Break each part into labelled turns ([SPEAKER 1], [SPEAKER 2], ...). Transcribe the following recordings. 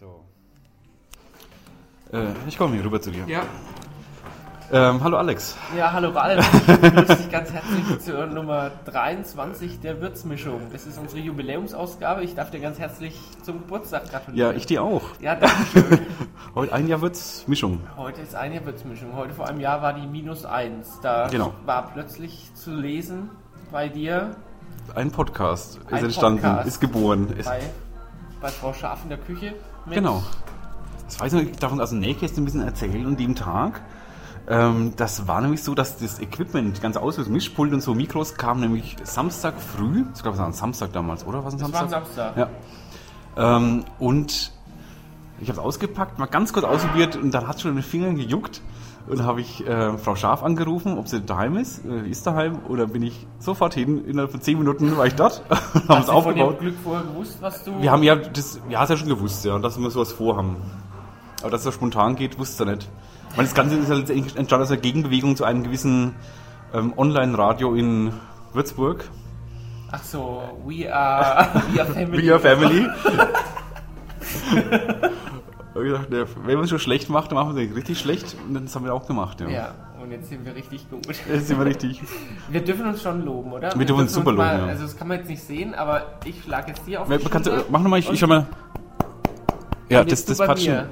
[SPEAKER 1] So. Äh, ich komme hier rüber zu dir.
[SPEAKER 2] Ja.
[SPEAKER 1] Ähm, hallo Alex.
[SPEAKER 2] Ja, hallo Ralf. Ich begrüße dich ganz herzlich zur Nummer 23 der Würzmischung. Das ist unsere Jubiläumsausgabe. Ich darf dir ganz herzlich zum Geburtstag
[SPEAKER 1] Ja,
[SPEAKER 2] gratulieren.
[SPEAKER 1] ich dir auch.
[SPEAKER 2] Ja, danke schön.
[SPEAKER 1] Heute ein Jahr wird's Mischung.
[SPEAKER 2] Heute ist eine Würzmischung. Heute vor einem Jahr war die minus 1. Da
[SPEAKER 1] Genau.
[SPEAKER 2] war plötzlich zu lesen bei dir,
[SPEAKER 1] Ein Podcast ist
[SPEAKER 2] Ein
[SPEAKER 1] entstanden,
[SPEAKER 2] Podcast.
[SPEAKER 1] ist geboren. Ist,
[SPEAKER 2] bei, bei Frau Scharf in der Küche. mit-
[SPEAKER 1] genau. Das weiß ich, ich darf uns aus dem Nähkästchen ein bisschen erzählen und dem Tag. Ähm, das war nämlich so, dass das Equipment, die ganze Ausrüstung, Mischpult und so, Mikros, kam nämlich Samstag früh. Ich glaube, es war ein Samstag damals, oder? War es ein
[SPEAKER 2] Das war
[SPEAKER 1] Samstag?
[SPEAKER 2] am Samstag.
[SPEAKER 1] Ja. Ähm, und ich habe es ausgepackt, mal ganz kurz ausprobiert und dann hat schon in den Fingern gejuckt. Und habe ich äh, Frau Schaf angerufen, ob sie daheim ist, äh, ist daheim, oder bin ich sofort hin. Innerhalb von zehn Minuten war ich dort und haben
[SPEAKER 2] Hast
[SPEAKER 1] es
[SPEAKER 2] du von dem
[SPEAKER 1] aufgebaut.
[SPEAKER 2] Glück vorher gewusst, was du...
[SPEAKER 1] Wir haben ja, das, ja, hast ja schon gewusst, ja, dass wir sowas vorhaben. Aber dass es so spontan geht, wusste er nicht. Ich meine, das Ganze ist ja letztendlich entstanden aus einer Gegenbewegung zu einem gewissen ähm, Online-Radio in Würzburg.
[SPEAKER 2] Ach so, we are, we are family.
[SPEAKER 1] Be your family. Hab ich gedacht, ne, wenn man es schon schlecht macht, dann machen wir es richtig schlecht. Und das haben wir auch gemacht. Ja.
[SPEAKER 2] Ja, und jetzt sind wir richtig gut.
[SPEAKER 1] Das ist immer richtig.
[SPEAKER 2] Wir dürfen uns schon loben, oder?
[SPEAKER 1] Wir dürfen uns super loben,
[SPEAKER 2] mal,
[SPEAKER 1] ja.
[SPEAKER 2] Also das kann man jetzt nicht sehen, aber ich schlage jetzt hier auf die
[SPEAKER 1] Kannst du,
[SPEAKER 2] Schulter
[SPEAKER 1] mach nochmal, ich,
[SPEAKER 2] und
[SPEAKER 1] ich schau mal. Ja,
[SPEAKER 2] jetzt
[SPEAKER 1] das,
[SPEAKER 2] du
[SPEAKER 1] das
[SPEAKER 2] bei
[SPEAKER 1] Patschen.
[SPEAKER 2] mir.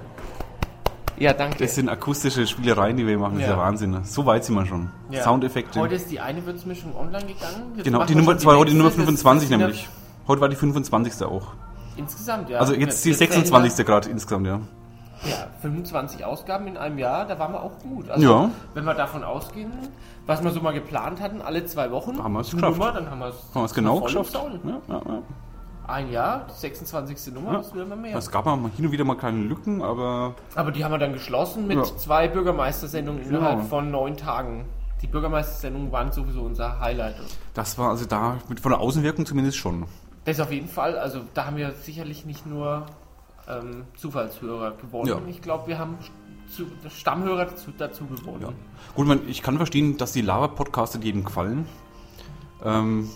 [SPEAKER 2] Ja, danke.
[SPEAKER 1] Das sind akustische Spielereien, die wir machen. Das ist
[SPEAKER 2] Ja.
[SPEAKER 1] ja Wahnsinn. So weit sind wir schon.
[SPEAKER 2] ja.
[SPEAKER 1] Soundeffekte.
[SPEAKER 2] Heute ist die eine Würzmischung online gegangen. Jetzt
[SPEAKER 1] genau,
[SPEAKER 2] machen
[SPEAKER 1] die
[SPEAKER 2] wir
[SPEAKER 1] Nummer,
[SPEAKER 2] schon
[SPEAKER 1] das war heute die Nummer
[SPEAKER 2] nächste. Das ist
[SPEAKER 1] 25
[SPEAKER 2] wieder-
[SPEAKER 1] nämlich. Heute war die 25. auch.
[SPEAKER 2] Insgesamt, ja.
[SPEAKER 1] Also jetzt die
[SPEAKER 2] Wir- wir zählen
[SPEAKER 1] 26. gerade insgesamt, ja.
[SPEAKER 2] mal- Ja, 25 Ausgaben in einem Jahr, da waren wir auch gut. Also,
[SPEAKER 1] Ja.
[SPEAKER 2] Wenn wir davon ausgehen, was wir so mal geplant hatten, alle zwei Wochen.
[SPEAKER 1] Haben wir es
[SPEAKER 2] die
[SPEAKER 1] geschafft.
[SPEAKER 2] Nummer, dann haben wir es
[SPEAKER 1] Haben wir es genau
[SPEAKER 2] voll
[SPEAKER 1] geschafft.
[SPEAKER 2] im Soll.
[SPEAKER 1] Ja, ja, ja.
[SPEAKER 2] Ein Jahr, 26. Nummer,
[SPEAKER 1] Ja.
[SPEAKER 2] das will man mehr.
[SPEAKER 1] Es gab mal hin und wieder mal kleine Lücken, aber
[SPEAKER 2] Aber die haben wir dann geschlossen mit
[SPEAKER 1] Ja.
[SPEAKER 2] zwei Bürgermeistersendungen innerhalb
[SPEAKER 1] Genau.
[SPEAKER 2] von neun Tagen. Die Bürgermeistersendungen waren sowieso unser Highlight.
[SPEAKER 1] Das war also da, mit, von der Außenwirkung zumindest schon.
[SPEAKER 2] Das auf jeden Fall, also da haben wir sicherlich nicht nur ähm, Zufallshörer gewonnen.
[SPEAKER 1] Ja.
[SPEAKER 2] Ich glaube, wir haben zu, Stammhörer dazu, dazu gewonnen.
[SPEAKER 1] Ja. Gut, man, ich kann verstehen, dass die Lava-Podcasts jedem gefallen. Ähm,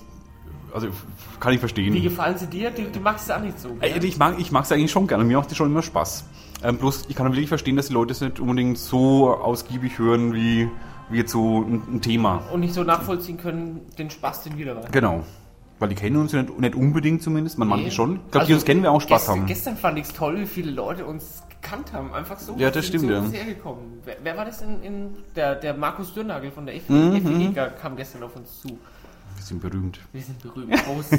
[SPEAKER 1] also f- kann ich verstehen.
[SPEAKER 2] Die gefallen sie dir, die, die magst du auch nicht so. gell?
[SPEAKER 1] Äh, ich mag es eigentlich schon gerne, mir macht es schon immer Spaß. Ähm, bloß, ich kann wirklich verstehen, dass die Leute es nicht unbedingt so ausgiebig hören, wie, wie jetzt so ein, ein Thema.
[SPEAKER 2] Und nicht so nachvollziehen können, den Spaß, den wir da waren.
[SPEAKER 1] Genau. Weil die kennen uns ja nicht, nicht unbedingt zumindest, man manche schon. Ich glaube, die uns kennen, wir auch Spaß
[SPEAKER 2] gestern,
[SPEAKER 1] haben.
[SPEAKER 2] Gestern fand ich es toll, wie viele Leute uns gekannt haben. Einfach so.
[SPEAKER 1] Ja, das
[SPEAKER 2] sind
[SPEAKER 1] stimmt,
[SPEAKER 2] so
[SPEAKER 1] ja.
[SPEAKER 2] hergekommen. Wer, wer war das in, in der, der Markus Dürnagel von der E FEG
[SPEAKER 1] Mhm,
[SPEAKER 2] kam gestern auf uns zu.
[SPEAKER 1] Wir sind berühmt.
[SPEAKER 2] Wir sind berühmt. Prost.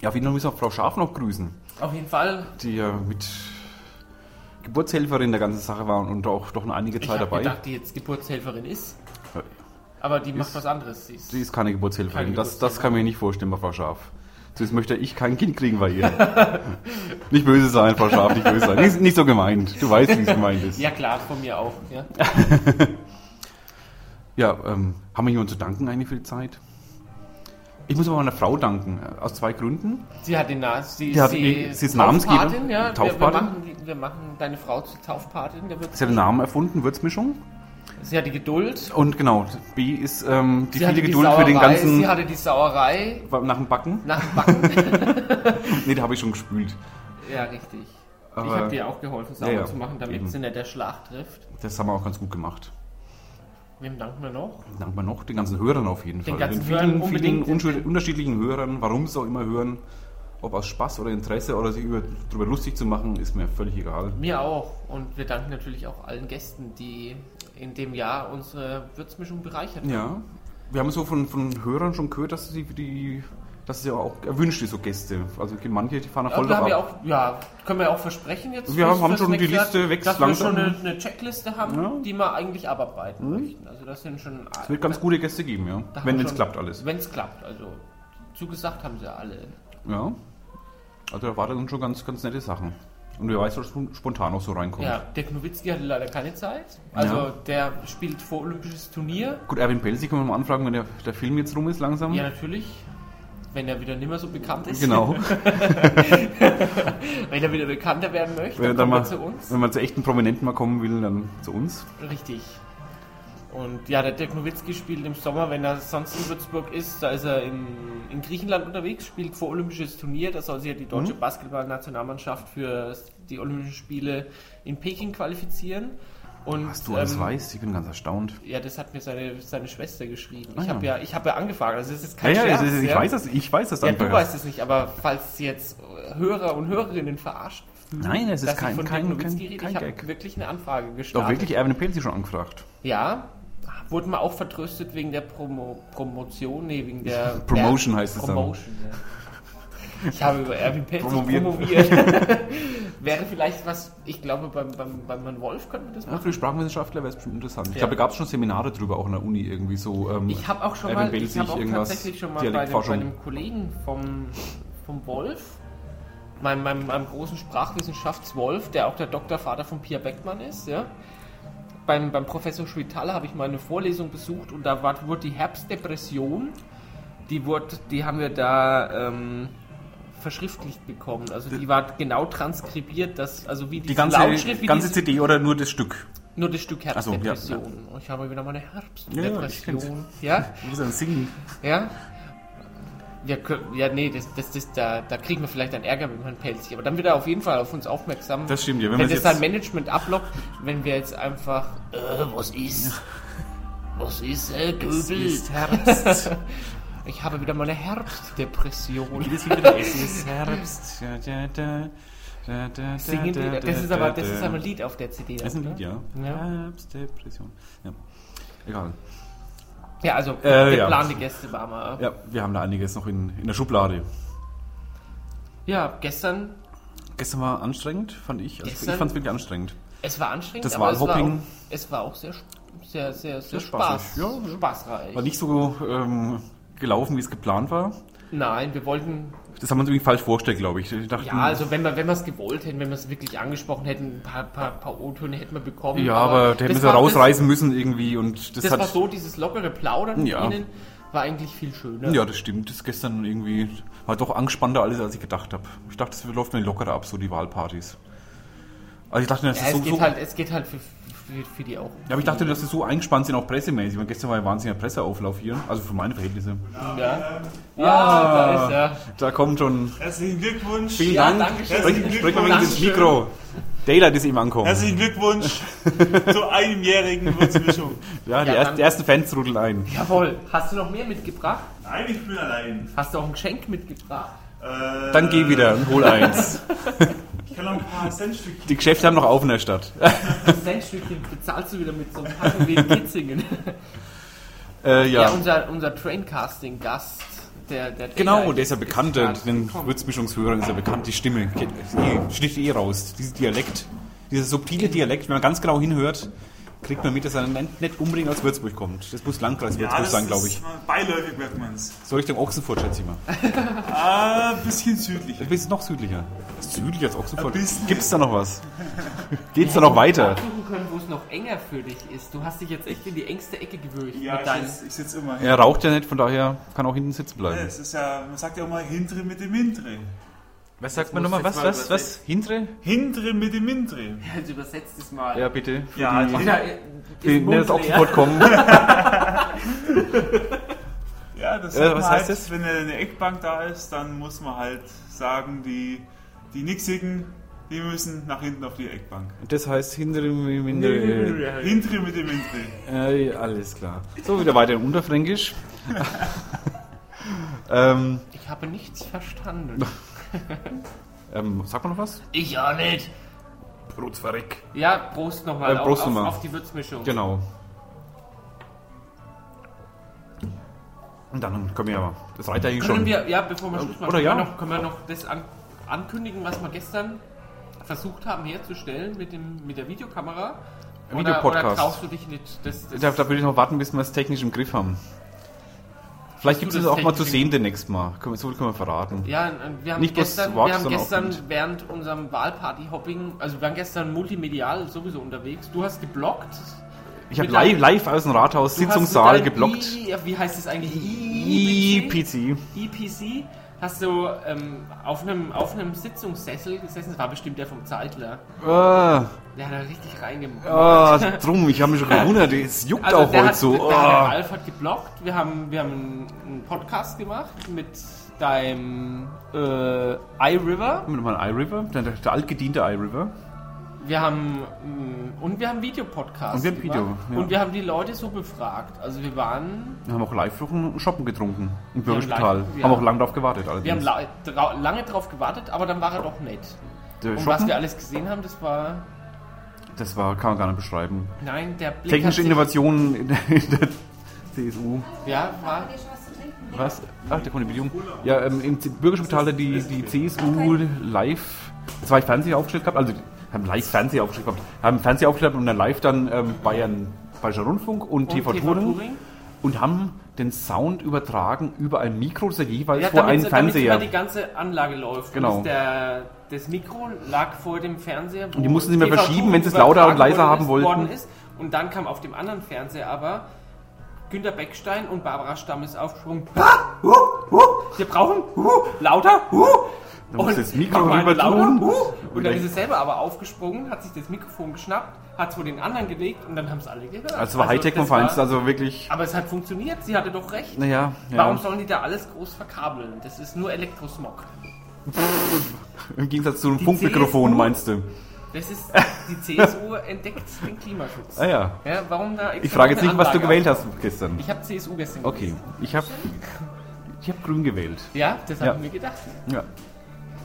[SPEAKER 1] Ja, auf jeden Fall müssen wir Frau Schaf noch grüßen.
[SPEAKER 2] auf jeden Fall.
[SPEAKER 1] die ja mit Geburtshelferin der ganzen Sache war und auch doch noch einige
[SPEAKER 2] Ich
[SPEAKER 1] Zeit
[SPEAKER 2] habe
[SPEAKER 1] dabei.
[SPEAKER 2] gedacht, die jetzt Geburtshelferin ist, aber die macht was anderes. Sie ist,
[SPEAKER 1] Sie ist keine Geburtshelferin.
[SPEAKER 2] Keine
[SPEAKER 1] das, das kann mir nicht vorstellen bei Frau Schaf. Zumindest möchte ich kein Kind kriegen bei ihr. nicht böse sein, Frau Schaf, nicht böse sein. Nicht, nicht so gemeint. Du weißt, wie es gemeint ist.
[SPEAKER 2] ja klar, von mir auch. Ja.
[SPEAKER 1] Ja, ähm, haben wir jemanden zu danken eigentlich für die Zeit? Ich muss aber meiner Frau danken, äh, aus zwei Gründen.
[SPEAKER 2] Sie hat den Namen. Sie,
[SPEAKER 1] Die hat- die- sie ist Namensgeberin,
[SPEAKER 2] Taufpatin, Ja.
[SPEAKER 1] Taufpatin.
[SPEAKER 2] Wir, wir, machen, wir machen deine Frau zur Taufpatin. Der wird,
[SPEAKER 1] Sie hat den Namen erfunden, Würzmischung.
[SPEAKER 2] sie hat die Geduld.
[SPEAKER 1] Und genau, B ist ähm, die
[SPEAKER 2] Sie
[SPEAKER 1] viele
[SPEAKER 2] hatte die
[SPEAKER 1] Geduld
[SPEAKER 2] Sauerei.
[SPEAKER 1] für den ganzen...
[SPEAKER 2] Sie hatte die Sauerei
[SPEAKER 1] nach dem Backen?
[SPEAKER 2] nach dem Backen.
[SPEAKER 1] Nee, da habe ich schon gespült.
[SPEAKER 2] ja, richtig. ich
[SPEAKER 1] Aber-
[SPEAKER 2] habe dir auch geholfen, sauber
[SPEAKER 1] Ja, ja.
[SPEAKER 2] zu machen, damit
[SPEAKER 1] Eben.
[SPEAKER 2] sie nicht der Schlag trifft.
[SPEAKER 1] Das haben wir auch ganz gut gemacht.
[SPEAKER 2] Wem danken wir noch?
[SPEAKER 1] Danken wir noch den ganzen Hörern auf jeden
[SPEAKER 2] Den
[SPEAKER 1] Fall.
[SPEAKER 2] ganzen
[SPEAKER 1] den
[SPEAKER 2] Hörern
[SPEAKER 1] vielen, vielen
[SPEAKER 2] unbedingt.
[SPEAKER 1] unschul- unterschiedlichen Hörern, warum sie auch immer hören, ob aus Spaß oder Interesse oder sich über, darüber lustig zu machen, ist mir völlig egal.
[SPEAKER 2] Mir auch. Und wir danken natürlich auch allen Gästen, die in dem Jahr unsere Würzmischung bereichert haben.
[SPEAKER 1] Ja, wir haben so von, von Hörern schon gehört, dass sie die, dass es ja auch erwünscht ist, so Gäste. Also es gibt manche, die fahren da voll
[SPEAKER 2] Aber wir
[SPEAKER 1] drauf
[SPEAKER 2] haben ja,
[SPEAKER 1] ab.
[SPEAKER 2] auch, ja, können wir auch versprechen jetzt.
[SPEAKER 1] Wir haben- haben schon die
[SPEAKER 2] nächste Jahr,
[SPEAKER 1] Liste, wächst
[SPEAKER 2] Dass
[SPEAKER 1] langsam.
[SPEAKER 2] wir schon eine, eine Checkliste haben,
[SPEAKER 1] Ja.
[SPEAKER 2] die wir eigentlich abarbeiten möchten. Also das sind schon...
[SPEAKER 1] Es wird ganz gute Gäste geben, ja. Wenn es klappt alles.
[SPEAKER 2] Wenn es klappt, also zugesagt haben sie alle.
[SPEAKER 1] Ja. Also da warten uns schon ganz, ganz nette Sachen. Und wer weiß, was spon- spontan auch so reinkommt.
[SPEAKER 2] Ja, Dirk Nowitzki hatte leider keine Zeit. Also
[SPEAKER 1] Ja.
[SPEAKER 2] der spielt vor Olympisches Turnier.
[SPEAKER 1] Gut, Erwin Pelsi können wir mal anfragen, wenn der, der Film jetzt rum ist langsam.
[SPEAKER 2] Ja, natürlich. Wenn er wieder nicht mehr so bekannt ist.
[SPEAKER 1] Genau.
[SPEAKER 2] Wenn er wieder bekannter werden möchte,
[SPEAKER 1] Wenn,
[SPEAKER 2] dann
[SPEAKER 1] dann
[SPEAKER 2] kommt
[SPEAKER 1] mal,
[SPEAKER 2] er zu uns.
[SPEAKER 1] wenn man zu echten Prominenten mal kommen will, dann zu uns.
[SPEAKER 2] Richtig. Und ja, der Dirk Nowitzki spielt im Sommer, wenn er sonst in Würzburg ist, da ist er in, in Griechenland unterwegs, spielt vor Olympisches Turnier, da soll sich ja die deutsche
[SPEAKER 1] Mhm.
[SPEAKER 2] Basketball-Nationalmannschaft für die Olympischen Spiele in Peking qualifizieren. Und,
[SPEAKER 1] Was du alles
[SPEAKER 2] ähm,
[SPEAKER 1] weißt, ich bin ganz erstaunt.
[SPEAKER 2] Ja, das hat mir seine, seine Schwester geschrieben.
[SPEAKER 1] Ah,
[SPEAKER 2] ich
[SPEAKER 1] ja.
[SPEAKER 2] habe ja, ich hab ja angefragt, also es ist
[SPEAKER 1] Ja,
[SPEAKER 2] kein
[SPEAKER 1] ja,
[SPEAKER 2] Scherz.
[SPEAKER 1] es ist- ich
[SPEAKER 2] ja.
[SPEAKER 1] weiß das, ich weiß das
[SPEAKER 2] Ja,
[SPEAKER 1] einfach.
[SPEAKER 2] du weißt es nicht, aber falls jetzt äh, Hörer und Hörerinnen verarscht fühlen,
[SPEAKER 1] Nein, es ist
[SPEAKER 2] dass ich
[SPEAKER 1] kein-
[SPEAKER 2] von
[SPEAKER 1] kein-
[SPEAKER 2] Dirk Nowitzki
[SPEAKER 1] kein-
[SPEAKER 2] rede,
[SPEAKER 1] kein
[SPEAKER 2] ich habe
[SPEAKER 1] Gag.
[SPEAKER 2] wirklich eine Anfrage
[SPEAKER 1] Doch
[SPEAKER 2] gestartet.
[SPEAKER 1] wirklich Erwin Pelzi schon angefragt.
[SPEAKER 2] Ja, wurden wir auch vertröstet wegen der Promo Promotion, nee, wegen der
[SPEAKER 1] Promotion
[SPEAKER 2] der,
[SPEAKER 1] heißt es dann.
[SPEAKER 2] Promotion, ja. Ich habe über Erwin Pelz
[SPEAKER 1] Promoviert.
[SPEAKER 2] promoviert. Wäre vielleicht was, ich glaube, beim, beim, beim Herrn Wolf könnten wir das
[SPEAKER 1] Ja,
[SPEAKER 2] machen.
[SPEAKER 1] für die Sprachwissenschaftler wäre es bestimmt interessant. Ich
[SPEAKER 2] Ja.
[SPEAKER 1] glaube, da gab es schon Seminare drüber, auch in der Uni irgendwie so. Ähm,
[SPEAKER 2] Ich habe auch schon
[SPEAKER 1] Erwin
[SPEAKER 2] mal,
[SPEAKER 1] Pelz
[SPEAKER 2] ich habe
[SPEAKER 1] sich
[SPEAKER 2] auch
[SPEAKER 1] irgendwas
[SPEAKER 2] tatsächlich schon mal bei einem, bei
[SPEAKER 1] Dialektforschung.
[SPEAKER 2] einem Kollegen vom, vom Wolf, meinem, meinem, meinem großen Sprachwissenschaftswolf, der auch der Doktorvater von Pia Beckmann ist, ja. Beim, beim Professor Schwitaler habe ich mal eine Vorlesung besucht und da war, wurde die Herbstdepression, die, wurde, die haben wir da ähm, verschriftlicht bekommen. Also die war genau transkribiert, dass, also wie
[SPEAKER 1] die
[SPEAKER 2] diese
[SPEAKER 1] ganze,
[SPEAKER 2] wie
[SPEAKER 1] ganze
[SPEAKER 2] diese-
[SPEAKER 1] CD oder nur das Stück?
[SPEAKER 2] nur das Stück
[SPEAKER 1] so, ja,
[SPEAKER 2] Herbstdepression. Und ich habe wieder meine
[SPEAKER 1] Ja, ja, ich kenn's.
[SPEAKER 2] Herbstdepression. ja?
[SPEAKER 1] Du musst dann singen.
[SPEAKER 2] Ja? Ja, kö- ja nee, das, das, das, da, da kriegen wir vielleicht einen Ärger mit Herrn Pelzig. Aber dann wird er auf jeden Fall auf uns aufmerksam.
[SPEAKER 1] Das stimmt ja, wenn
[SPEAKER 2] Wenn,
[SPEAKER 1] man
[SPEAKER 2] das
[SPEAKER 1] es
[SPEAKER 2] sein
[SPEAKER 1] jetzt...
[SPEAKER 2] Management ablockt, wenn wir jetzt einfach... Äh, was ist? Was ist, äh,
[SPEAKER 1] Es
[SPEAKER 2] Göbel?
[SPEAKER 1] ist Herbst.
[SPEAKER 2] Ich habe wieder meine Herbstdepression.
[SPEAKER 1] Jedes Lied wieder, es ist Herbst. Da, da, da, da, da,
[SPEAKER 2] Singen
[SPEAKER 1] da,
[SPEAKER 2] die?
[SPEAKER 1] da,
[SPEAKER 2] Das ist aber, das
[SPEAKER 1] da,
[SPEAKER 2] ist aber ein Lied auf der CD.
[SPEAKER 1] Das ist ein Lied,
[SPEAKER 2] oder?
[SPEAKER 1] ja.
[SPEAKER 2] Ja,
[SPEAKER 1] Herbstdepression. Ja. Egal.
[SPEAKER 2] ja also
[SPEAKER 1] Äh, ja.
[SPEAKER 2] geplante Gäste waren wir.
[SPEAKER 1] Ja, wir haben da einiges noch in, in der Schublade.
[SPEAKER 2] Ja, gestern,
[SPEAKER 1] Gestern war anstrengend, fand ich. Also ich
[SPEAKER 2] Gestern?
[SPEAKER 1] fand es wirklich anstrengend.
[SPEAKER 2] es war anstrengend,
[SPEAKER 1] Das
[SPEAKER 2] aber es war, auch,
[SPEAKER 1] Wahlhopping-
[SPEAKER 2] es war auch sehr, sp- sehr, sehr, sehr,
[SPEAKER 1] Sehr spaßig,
[SPEAKER 2] Spaß,
[SPEAKER 1] ja, ja.
[SPEAKER 2] spaßreich.
[SPEAKER 1] War nicht so ähm, gelaufen, wie es geplant war.
[SPEAKER 2] Nein, wir wollten.
[SPEAKER 1] Das haben wir uns irgendwie falsch vorgestellt, glaube ich. Ich dachte,
[SPEAKER 2] Ja, also wenn wir wenn wir es gewollt hätten, wenn wir es wirklich angesprochen hätten, ein paar, paar, paar O-Töne hätten wir bekommen.
[SPEAKER 1] ja, aber da hätten wir
[SPEAKER 2] das
[SPEAKER 1] sie
[SPEAKER 2] war-
[SPEAKER 1] rausreißen müssen irgendwie und das,
[SPEAKER 2] Das, das
[SPEAKER 1] hat.
[SPEAKER 2] war so, dieses lockere Plaudern
[SPEAKER 1] Ja.
[SPEAKER 2] mit ihnen war eigentlich viel schöner.
[SPEAKER 1] Ja, das stimmt. Das ist gestern irgendwie war doch angespannter alles, als ich gedacht habe. Ich dachte, es läuft mir lockerer ab, so die Wahlpartys. Also ich dachte, das
[SPEAKER 2] Ja,
[SPEAKER 1] ist
[SPEAKER 2] es,
[SPEAKER 1] so,
[SPEAKER 2] geht
[SPEAKER 1] so
[SPEAKER 2] halt, es geht halt für, für, für die auch.
[SPEAKER 1] ja, aber ich dachte, dass sie so eingespannt sind, auch pressemäßig. Und gestern war ja wahnsinniger Presseauflauf hier. Also für meine Verhältnisse.
[SPEAKER 2] Ja, ja
[SPEAKER 1] Ah.
[SPEAKER 2] da ist
[SPEAKER 1] Da kommt schon.
[SPEAKER 3] Herzlichen Glückwunsch.
[SPEAKER 1] Vielen
[SPEAKER 2] Ja,
[SPEAKER 1] Dank.
[SPEAKER 2] danke schön.
[SPEAKER 1] Sprich, sprich mal wegen ins
[SPEAKER 2] Dankeschön.
[SPEAKER 1] Mikro. Daylight ist ihm ankommen.
[SPEAKER 3] Herzlichen Glückwunsch zur einjährigen Würzmischung.
[SPEAKER 1] Ja, die,
[SPEAKER 2] Ja,
[SPEAKER 1] ersten,
[SPEAKER 2] dann-
[SPEAKER 1] die ersten Fans trudeln ein.
[SPEAKER 2] er. Jawohl. Hast du noch mehr mitgebracht?
[SPEAKER 3] Nein, ich bin allein.
[SPEAKER 2] Hast du auch ein Geschenk mitgebracht?
[SPEAKER 3] Äh,
[SPEAKER 1] Dann geh wieder und hol eins.
[SPEAKER 3] Ich kann noch ein paar Centstückchen.
[SPEAKER 1] Die Geschäfte haben noch auf in der Stadt.
[SPEAKER 2] Das Centstückchen bezahlst du wieder mit so einem Kaffee wie in Kitzingen.
[SPEAKER 1] Äh, ja.
[SPEAKER 2] Ja, unser, unser Traincasting-Gast, der, der
[SPEAKER 1] Genau,
[SPEAKER 2] Daylight
[SPEAKER 1] der ist ja bekannt, der-
[SPEAKER 2] gerade
[SPEAKER 1] den
[SPEAKER 2] gekommen.
[SPEAKER 1] Würzmischungshörern ist ja bekannt, die Stimme geht- die sticht eh raus, dieses Dialekt, dieser subtile Dialekt, wenn man ganz genau hinhört, kriegt man mit, dass er nicht nicht unbedingt aus Würzburg kommt. Das muss Landkreis Würzburg sein, glaube ich.
[SPEAKER 3] Beiläufig merkt man es.
[SPEAKER 1] So Richtung Ochsenfurt, schätze ich mal.
[SPEAKER 3] Ah, ein bisschen südlich.
[SPEAKER 1] Ein bisschen noch südlicher. Südlicher als Ochsenfurt?
[SPEAKER 3] Ein bisschen.
[SPEAKER 1] Gibt's da noch was? Geht's da noch weiter?
[SPEAKER 2] suchen können, wo es noch enger für dich ist. Du hast dich jetzt echt in die engste Ecke gewöhnt.
[SPEAKER 3] Ja,
[SPEAKER 2] mit
[SPEAKER 3] ich
[SPEAKER 2] deinen,
[SPEAKER 3] sitze ich sitz immer.
[SPEAKER 1] Er raucht ja nicht, von daher kann auch hinten sitzen bleiben.
[SPEAKER 3] Es ist ja, man sagt ja immer Hintre mit dem Hintre.
[SPEAKER 1] Was sagt
[SPEAKER 2] man nochmal? Was, was, was?
[SPEAKER 1] Hintere?
[SPEAKER 3] Hintre mit dem Hintre.
[SPEAKER 2] also übersetzt es mal.
[SPEAKER 1] Ja, bitte. Für
[SPEAKER 3] Ja,
[SPEAKER 1] die,
[SPEAKER 2] Da,
[SPEAKER 1] die,
[SPEAKER 2] ist
[SPEAKER 1] die aus
[SPEAKER 2] Mund leer.
[SPEAKER 1] Ochsenfurt kommen.
[SPEAKER 3] Ja, das
[SPEAKER 1] Äh,
[SPEAKER 3] sagt
[SPEAKER 1] was
[SPEAKER 3] man
[SPEAKER 1] heißt
[SPEAKER 3] halt,
[SPEAKER 1] das?
[SPEAKER 3] Wenn eine Eckbank da ist, dann muss man halt sagen, die, die Nixigen, die müssen nach hinten auf die Eckbank.
[SPEAKER 1] Das heißt hintere, hintere.
[SPEAKER 3] Hintre mit dem Hintre.
[SPEAKER 1] Äh, alles klar. So, wieder weiter in Unterfränkisch. ähm,
[SPEAKER 2] Ich habe nichts verstanden.
[SPEAKER 1] ähm, sagt man noch was?
[SPEAKER 2] Ich auch nicht.
[SPEAKER 1] Brutzverreck.
[SPEAKER 2] Ja, Prost nochmal
[SPEAKER 1] Äh,
[SPEAKER 2] auf-
[SPEAKER 1] Prost
[SPEAKER 2] auf,
[SPEAKER 1] nochmal.
[SPEAKER 2] auf die Würzmischung.
[SPEAKER 1] Genau. Und dann können wir ja mal. Das reicht eigentlich
[SPEAKER 2] Können
[SPEAKER 1] schon.
[SPEAKER 2] wir, ja, bevor wir Schluss machen,
[SPEAKER 1] Oder
[SPEAKER 2] können,
[SPEAKER 1] ja.
[SPEAKER 2] wir noch, können wir noch das an, ankündigen, was wir gestern versucht haben herzustellen mit, dem, mit der Videokamera? Oder, oder
[SPEAKER 1] Videopodcast.
[SPEAKER 2] traust du dich nicht? Das, das
[SPEAKER 1] Da, da würde ich noch warten, bis wir es technisch im Griff haben. Vielleicht gibt es
[SPEAKER 2] du
[SPEAKER 1] das
[SPEAKER 2] das
[SPEAKER 1] auch mal zu
[SPEAKER 2] technisch-
[SPEAKER 1] sehen demnächst mal. Können wir, so viel können wir verraten.
[SPEAKER 2] Ja, und wir haben
[SPEAKER 1] Nicht bloß
[SPEAKER 2] gestern,
[SPEAKER 1] Wort,
[SPEAKER 2] wir haben
[SPEAKER 1] sondern auch
[SPEAKER 2] gestern
[SPEAKER 1] Bild.
[SPEAKER 2] während unserem Wahlparty-Hopping, also wir waren gestern multimedial sowieso unterwegs. Du hast geblockt.
[SPEAKER 1] Ich habe
[SPEAKER 2] mit deinem-
[SPEAKER 1] live, live aus dem Rathaus,
[SPEAKER 2] Du hast mit
[SPEAKER 1] Sitzungssaal
[SPEAKER 2] deinem
[SPEAKER 1] geblockt.
[SPEAKER 2] I, ja, wie heißt das eigentlich? I-
[SPEAKER 1] IPC.
[SPEAKER 2] IPC. hast du ähm, auf einem auf einem Sitzungssessel gesessen, das war bestimmt der vom Zeitler.
[SPEAKER 1] Ah,
[SPEAKER 2] Der hat da richtig reingemacht.
[SPEAKER 1] ah, drum, ich habe mich schon gewundert, es juckt auch
[SPEAKER 2] Also der
[SPEAKER 1] heute
[SPEAKER 2] hat,
[SPEAKER 1] so.
[SPEAKER 2] Der, der
[SPEAKER 1] Ah.
[SPEAKER 2] Ralf hat geblockt. Wir haben, wir haben einen, einen Podcast gemacht mit deinem äh, iRiver.
[SPEAKER 1] Mit meinem iRiver, der, der altgediente iRiver.
[SPEAKER 2] Wir haben mh, und wir haben Videopodcast
[SPEAKER 1] Und wir haben Video,
[SPEAKER 2] gemacht.
[SPEAKER 1] ja.
[SPEAKER 2] Und wir haben die Leute so befragt. Also wir waren,
[SPEAKER 1] Wir haben auch live noch shoppen getrunken im
[SPEAKER 2] Wir haben
[SPEAKER 1] Bürgerspital.
[SPEAKER 2] live-
[SPEAKER 1] Haben,
[SPEAKER 2] wir
[SPEAKER 1] auch
[SPEAKER 2] haben-
[SPEAKER 1] lange drauf gewartet. Allerdings.
[SPEAKER 2] wir haben la drau- lange drauf gewartet, aber dann war er doch nett.
[SPEAKER 1] Der
[SPEAKER 2] Und um was
[SPEAKER 1] shoppen,
[SPEAKER 2] wir alles gesehen haben, das war
[SPEAKER 1] das war, kann man gar nicht beschreiben.
[SPEAKER 2] nein der Blick hat
[SPEAKER 1] Technische
[SPEAKER 2] sich-
[SPEAKER 1] Innovationen in der, in der CSU.
[SPEAKER 2] Ja, war
[SPEAKER 4] Habt ihr schon was zu trinken?
[SPEAKER 1] Was? Ach, der Kondibidium. Ja, ähm, im Z- Bürgerspital hat die, die CSU live zwei Fernseher aufgestellt gehabt. Also, die haben live Fernseher aufgestellt gehabt. Haben Fernseher aufgestellt und dann live dann ähm, Bayern, Bayerischer Rundfunk und,
[SPEAKER 2] und
[SPEAKER 1] TV, Turing. und haben den Sound übertragen über ein Mikro, das er jeweils
[SPEAKER 2] Ja,
[SPEAKER 1] vor
[SPEAKER 2] damit,
[SPEAKER 1] einem
[SPEAKER 2] so- damit
[SPEAKER 1] Fernseher.
[SPEAKER 2] immer die ganze Anlage läuft.
[SPEAKER 1] Genau.
[SPEAKER 2] Und der, das Mikro lag vor dem Fernseher.
[SPEAKER 1] Und die mussten sie immer
[SPEAKER 2] TV
[SPEAKER 1] verschieben, wenn sie es
[SPEAKER 2] übertragen
[SPEAKER 1] lauter und leiser
[SPEAKER 2] worden
[SPEAKER 1] haben
[SPEAKER 2] ist-
[SPEAKER 1] wollten.
[SPEAKER 2] worden Ist. Und dann kam auf dem anderen Fernseher aber Günter Beckstein und Barbara Stammes aufgesprungen. Wir brauchen lauter.
[SPEAKER 1] Dann musst du das Mikro
[SPEAKER 2] mach mal
[SPEAKER 1] rüber
[SPEAKER 2] lauter.
[SPEAKER 1] tun.
[SPEAKER 2] Und dann ist es selber aber aufgesprungen, hat sich das Mikrofon geschnappt, hat es vor den anderen gelegt und dann haben es alle gehört.
[SPEAKER 1] Also, war Hightech vom
[SPEAKER 2] das war-
[SPEAKER 1] Feinsten, also wirklich.
[SPEAKER 2] Aber es hat funktioniert, sie hatte doch recht.
[SPEAKER 1] Naja,
[SPEAKER 2] Warum
[SPEAKER 1] ja.
[SPEAKER 2] sollen die da alles groß verkabeln? Das ist nur Elektrosmog.
[SPEAKER 1] im Gegensatz zu einem Funkmikrofon
[SPEAKER 2] CSU?
[SPEAKER 1] meinst du?
[SPEAKER 2] Das ist die CSU entdeckt den Klimaschutz.
[SPEAKER 1] Ah ja.
[SPEAKER 2] Ja, warum da
[SPEAKER 1] Ich frage jetzt nicht, was du gewählt hast gestern.
[SPEAKER 2] Ich habe CSU gestern
[SPEAKER 1] Okay,
[SPEAKER 2] gewählt.
[SPEAKER 1] ich habe ich hab grün gewählt.
[SPEAKER 2] Ja, das
[SPEAKER 1] Ja.
[SPEAKER 2] haben wir gedacht.
[SPEAKER 1] Ja.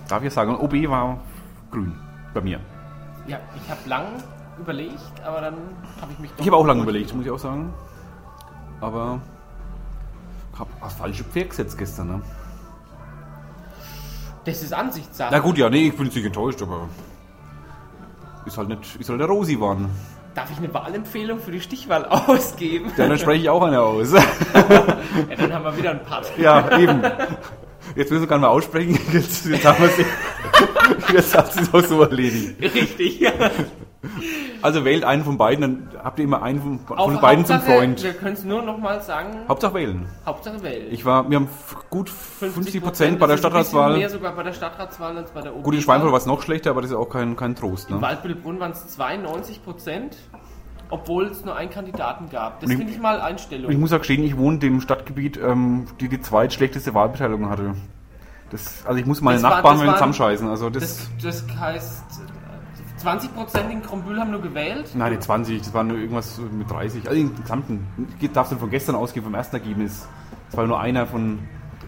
[SPEAKER 1] Darf ich sagen, OB war grün bei mir.
[SPEAKER 2] Ja, ich habe lang überlegt, aber dann habe ich mich doch
[SPEAKER 1] Ich habe auch lange überlegt, muss ich auch sagen. Aber ich habe das falsche Pferd gesetzt gestern. Ne?
[SPEAKER 2] Das ist Ansichtssache.
[SPEAKER 1] Na gut, ja, nee, ich bin jetzt nicht enttäuscht, aber ist halt nicht, ist halt der Rosi waren.
[SPEAKER 2] Darf ich eine Wahlempfehlung für die Stichwahl ausgeben?
[SPEAKER 1] Dann spreche ich auch eine aus.
[SPEAKER 2] ja, dann haben wir wieder ein paar.
[SPEAKER 1] ja, eben. Jetzt müssen wir gar nicht mehr aussprechen. Jetzt, jetzt haben wir es. Jetzt hat sie es auch so erledigt.
[SPEAKER 2] Richtig.
[SPEAKER 1] Also wählt einen von beiden, dann habt ihr immer einen von,
[SPEAKER 2] Auf
[SPEAKER 1] von beiden zum
[SPEAKER 2] Hauptsache,
[SPEAKER 1] Freund.
[SPEAKER 2] Wir können es nur nochmal sagen,
[SPEAKER 1] Hauptsache wählen.
[SPEAKER 2] Hauptsache Welt.
[SPEAKER 1] Ich war, wir haben f- gut 50 Prozent bei
[SPEAKER 2] das
[SPEAKER 1] der
[SPEAKER 2] ist ein bisschen
[SPEAKER 1] Stadtratswahl.
[SPEAKER 2] Mehr sogar bei der Stadtratswahl als bei der
[SPEAKER 1] Gut, in
[SPEAKER 2] OB-Wahl.
[SPEAKER 1] Schweinfurt war es noch schlechter, aber das ist ja auch kein, kein Trost.
[SPEAKER 2] In
[SPEAKER 1] Ne?
[SPEAKER 2] Waldbüttelbrunn waren es 92 Prozent, obwohl es nur einen Kandidaten gab. Das
[SPEAKER 1] Und ich-
[SPEAKER 2] finde ich mal
[SPEAKER 1] Ich
[SPEAKER 2] Einstellung.
[SPEAKER 1] muss auch gestehen, ich wohne in dem Stadtgebiet, ähm, die die zweitschlechteste Wahlbeteiligung hatte. Das, also ich muss meine
[SPEAKER 2] Das war-
[SPEAKER 1] Nachbarn
[SPEAKER 2] das
[SPEAKER 1] mit
[SPEAKER 2] war-
[SPEAKER 1] zusammenscheißen. Also das,
[SPEAKER 2] Das, das heißt, 20 Prozent in Krombühl haben nur gewählt.
[SPEAKER 1] nein, die 20, das war nur irgendwas mit 30. Also im Gesamten. Ich darf denn von gestern ausgehen, vom ersten Ergebnis. Es war nur einer von,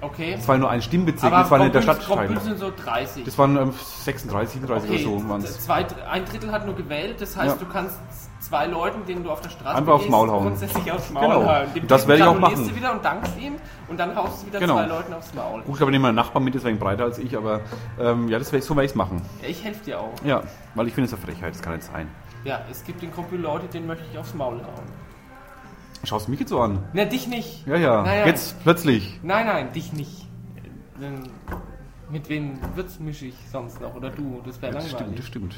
[SPEAKER 2] Okay.
[SPEAKER 1] es war nur ein Stimmbezirk, es war nicht der Stadtteil.
[SPEAKER 2] Krombühl sind so 30.
[SPEAKER 1] Das waren ähm, 36, 37
[SPEAKER 2] okay. Äh,
[SPEAKER 1] oder so waren es.
[SPEAKER 2] zwei, ein Drittel hat nur gewählt. Das heißt,
[SPEAKER 1] Ja.
[SPEAKER 2] du kannst zwei Leuten, denen du auf der Straße
[SPEAKER 1] Einfach aufs Maul hauen.
[SPEAKER 2] grundsätzlich aufs Maul
[SPEAKER 1] Genau.
[SPEAKER 2] hauen. Dem
[SPEAKER 1] Das
[SPEAKER 2] Typen
[SPEAKER 1] werde ich auch
[SPEAKER 2] gratulierst
[SPEAKER 1] machen.
[SPEAKER 2] du wieder und dankst ihm und dann haust du wieder
[SPEAKER 1] Genau.
[SPEAKER 2] zwei Leuten aufs Maul.
[SPEAKER 1] Gut, ich glaube, ich nehme meinen Nachbarn mit, deswegen breiter als ich, aber ähm, ja, das wär, so werde ich es machen.
[SPEAKER 2] Ja, ich helfe dir auch.
[SPEAKER 1] Ja, weil ich finde es eine Frechheit, das kann nicht sein.
[SPEAKER 2] Ja, es gibt in Krombühl Leute, denen möchte ich aufs Maul hauen.
[SPEAKER 1] Schaust du mich jetzt so an?
[SPEAKER 2] Na, dich nicht.
[SPEAKER 1] Ja, ja,
[SPEAKER 2] Naja.
[SPEAKER 1] jetzt plötzlich.
[SPEAKER 2] Nein, nein, dich nicht. Ähm, Mit wem wird's mischig sonst noch? Oder du? Das wäre
[SPEAKER 1] Das stimmt,
[SPEAKER 2] langweilig.
[SPEAKER 1] das stimmt.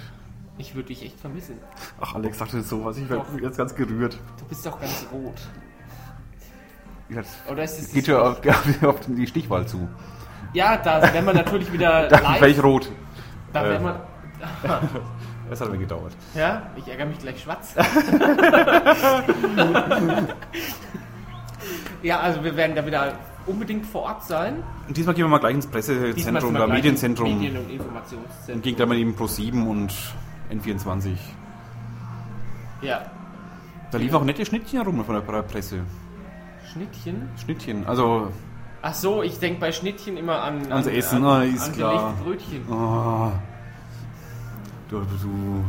[SPEAKER 2] Ich würde dich echt vermissen.
[SPEAKER 1] Ach, Alex sagte so was, ich werde jetzt ganz gerührt.
[SPEAKER 2] Du bist doch ganz rot.
[SPEAKER 1] Ja, Das
[SPEAKER 2] Oder ist es
[SPEAKER 1] geht ja auf, auf die Stichwahl zu.
[SPEAKER 2] Ja, da wären wir natürlich wieder
[SPEAKER 1] Da wäre ich
[SPEAKER 2] live.
[SPEAKER 1] rot.
[SPEAKER 2] Da
[SPEAKER 1] äh.
[SPEAKER 2] wären wir.
[SPEAKER 1] Das hat mir gedauert.
[SPEAKER 2] Ja, ich ärgere mich gleich schwarz. ja, also wir werden da wieder unbedingt vor Ort sein.
[SPEAKER 1] Und diesmal gehen wir mal gleich ins
[SPEAKER 2] Diesmal sind
[SPEAKER 1] Pressezentrum
[SPEAKER 2] wir
[SPEAKER 1] oder
[SPEAKER 2] gleich im
[SPEAKER 1] Medienzentrum.
[SPEAKER 2] Medien- und
[SPEAKER 1] Dann
[SPEAKER 2] Informationszentrum.
[SPEAKER 1] ging dann mal eben Pro7 und N24.
[SPEAKER 2] Ja.
[SPEAKER 1] Da liefen auch nette Schnittchen rum von der Pre- Presse.
[SPEAKER 2] Schnittchen.
[SPEAKER 1] Schnittchen, also
[SPEAKER 2] Ach so, ich denke bei Schnittchen immer an
[SPEAKER 1] Ans Essen,
[SPEAKER 2] an,
[SPEAKER 1] ah, ist
[SPEAKER 2] an
[SPEAKER 1] klar.
[SPEAKER 2] gelegte Brötchen.
[SPEAKER 1] Oh. Du, du, du.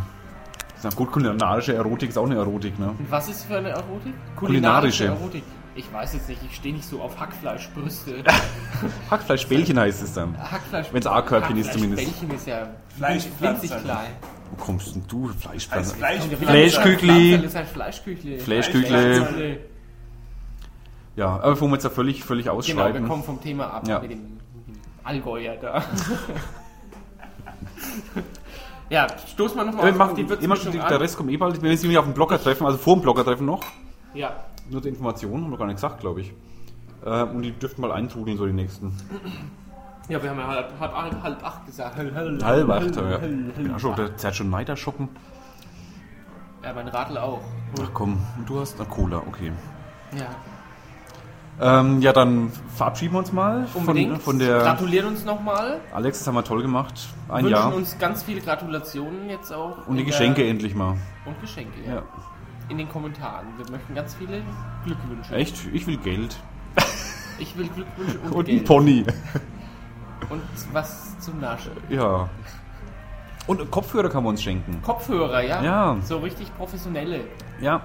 [SPEAKER 1] Ich sag gut, kulinarische Erotik ist auch eine Erotik, ne?
[SPEAKER 2] Und was ist für eine Erotik?
[SPEAKER 1] Kulinarische.
[SPEAKER 2] Erotik. Ich weiß jetzt nicht, ich stehe nicht so auf Hackfleischbrüste.
[SPEAKER 1] Hackfleischbällchen heißt es dann.
[SPEAKER 2] Hackfleisch.
[SPEAKER 1] Wenn's A-Körbchen ist zumindest.
[SPEAKER 2] Bällchen ist ja
[SPEAKER 3] Fleischpflanzerl.
[SPEAKER 2] winzig klein.
[SPEAKER 1] Wo kommst denn du,
[SPEAKER 3] Als
[SPEAKER 1] Fleischbällchen?
[SPEAKER 3] Fleisch.
[SPEAKER 1] Fleischküchli.
[SPEAKER 2] Pflanzerl ist ein Fleischküchli.
[SPEAKER 1] Fleischküchle. Ja, aber bevor wir jetzt da völlig, völlig
[SPEAKER 2] Genau, wir
[SPEAKER 1] ausschreiben.
[SPEAKER 2] kommen vom Thema ab
[SPEAKER 1] Ja.
[SPEAKER 2] mit dem Allgäuer da. ja, stoß mal nochmal
[SPEAKER 1] wir machen Äh, die immer schon die- der Rest kommt eh bald. Wir müssen nämlich auf dem Blogger treffen, also vor dem Blogger treffen noch.
[SPEAKER 2] Ja.
[SPEAKER 1] Nur zur Information, haben wir gar nicht gesagt, glaube ich. Äh, und die dürften mal eintrudeln, so die nächsten.
[SPEAKER 2] Ja, wir haben ja halb, halb, halb, halb acht gesagt. Halb,
[SPEAKER 1] Halb acht, ja. Ja, schon, der zerrt schon weiter shoppen.
[SPEAKER 2] Ja, mein Radl auch.
[SPEAKER 1] Ach komm, und du hast eine Cola, okay.
[SPEAKER 2] Ja.
[SPEAKER 1] Ähm, ja, dann verabschieden wir uns mal von,
[SPEAKER 2] Unbedingt.
[SPEAKER 1] von der.
[SPEAKER 2] Gratulieren uns nochmal.
[SPEAKER 1] Alex, das haben wir toll gemacht. Ein
[SPEAKER 2] Wünschen
[SPEAKER 1] Jahr.
[SPEAKER 2] uns ganz viele Gratulationen jetzt auch.
[SPEAKER 1] Und die
[SPEAKER 2] in der-
[SPEAKER 1] Geschenke endlich mal.
[SPEAKER 2] Und Geschenke, ja.
[SPEAKER 1] Ja.
[SPEAKER 2] In den Kommentaren. Wir möchten ganz viele Glückwünsche.
[SPEAKER 1] Echt? Ich will Geld.
[SPEAKER 2] Ich will Glückwünsche und,
[SPEAKER 1] Und
[SPEAKER 2] Geld.
[SPEAKER 1] ein Pony.
[SPEAKER 2] Und was zum Naschen.
[SPEAKER 1] Ja. Und Kopfhörer kann man uns schenken.
[SPEAKER 2] Kopfhörer, ja?
[SPEAKER 1] Ja.
[SPEAKER 2] So richtig professionelle.
[SPEAKER 1] Ja.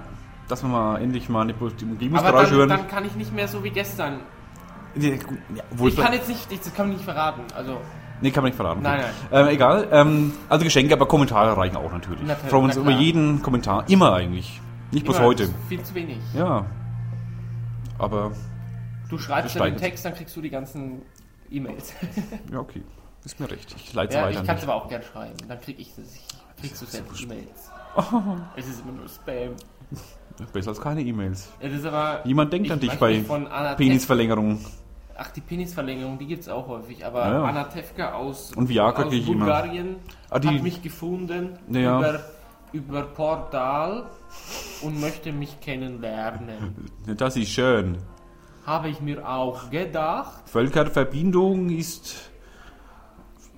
[SPEAKER 1] Dass wir mal endlich mal die die
[SPEAKER 2] Aber
[SPEAKER 1] Umgebungsgeräusche
[SPEAKER 2] dann,
[SPEAKER 1] hören.
[SPEAKER 2] dann kann ich nicht mehr so wie gestern.
[SPEAKER 1] ja, gut, ja, wohl
[SPEAKER 2] Ich kann jetzt nicht, ich, das kann ich nicht verraten. Also,
[SPEAKER 1] Nee, kann man nicht verraten.
[SPEAKER 2] Nein,
[SPEAKER 1] Ähm, egal. Ähm, also Geschenke, aber Kommentare reichen auch natürlich.
[SPEAKER 2] Na,
[SPEAKER 1] Wir Freuen uns
[SPEAKER 2] na
[SPEAKER 1] über
[SPEAKER 2] klar.
[SPEAKER 1] jeden Kommentar. Immer eigentlich. Nicht bloß
[SPEAKER 2] immer
[SPEAKER 1] heute.
[SPEAKER 2] Viel zu wenig.
[SPEAKER 1] Ja. Aber,
[SPEAKER 2] Du
[SPEAKER 1] Das
[SPEAKER 2] schreibst dann den
[SPEAKER 1] steigert.
[SPEAKER 2] Text, dann kriegst du die ganzen E-Mails.
[SPEAKER 1] ja, okay. Ist mir recht. Ich leite
[SPEAKER 2] Ja,
[SPEAKER 1] weiter.
[SPEAKER 2] ich kann es
[SPEAKER 1] nicht.
[SPEAKER 2] aber auch gern schreiben. Dann krieg ich das. Ich krieg so selten E-Mails. Es ist immer nur Spam.
[SPEAKER 1] Besser als keine E-Mails.
[SPEAKER 2] Ja, Das ist aber.
[SPEAKER 1] Jemand denkt
[SPEAKER 2] ich
[SPEAKER 1] an dich
[SPEAKER 2] weiß
[SPEAKER 1] bei
[SPEAKER 2] nicht, von Anna Penis.
[SPEAKER 1] Penisverlängerung.
[SPEAKER 2] Ach, die Penisverlängerung, die gibt's auch häufig. Aber
[SPEAKER 1] Ja, ja.
[SPEAKER 2] Anna Tefka aus,
[SPEAKER 1] Und Viagra
[SPEAKER 2] aus
[SPEAKER 1] krieg ich immer.
[SPEAKER 2] Bulgarien
[SPEAKER 1] Ah, die-
[SPEAKER 2] hat mich gefunden
[SPEAKER 1] Ja.
[SPEAKER 2] über, über Portal und möchte mich kennenlernen.
[SPEAKER 1] Das ist schön.
[SPEAKER 2] Habe ich mir auch gedacht.
[SPEAKER 1] Völkerverbindung ist.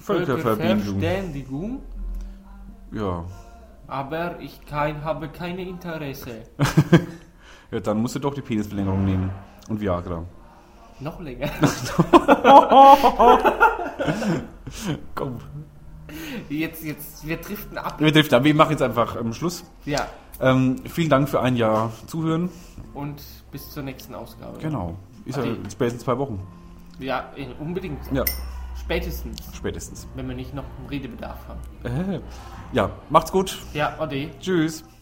[SPEAKER 1] Völkerverbindung.
[SPEAKER 2] Völkerverständigung.
[SPEAKER 1] Ja.
[SPEAKER 2] Aber ich kein, habe keine Interesse.
[SPEAKER 1] ja. Dann musst du doch die Penisverlängerung nehmen. Und Viagra.
[SPEAKER 2] Noch länger.
[SPEAKER 1] Komm.
[SPEAKER 2] Jetzt, jetzt, wir driften ab.
[SPEAKER 1] Wir driften ab. Wir machen jetzt einfach ähm, Schluss.
[SPEAKER 2] Ja,
[SPEAKER 1] Ähm, vielen Dank für ein Jahr Zuhören.
[SPEAKER 2] und bis zur nächsten Ausgabe.
[SPEAKER 1] Genau. Ist ja
[SPEAKER 2] Adi.
[SPEAKER 1] in spätestens zwei Wochen.
[SPEAKER 2] Ja, eh, unbedingt.
[SPEAKER 1] Ja,
[SPEAKER 2] Spätestens,
[SPEAKER 1] spätestens.
[SPEAKER 2] wenn wir nicht noch einen Redebedarf haben.
[SPEAKER 1] Äh, ja, macht's gut.
[SPEAKER 2] Ja, Ade.
[SPEAKER 1] Tschüss.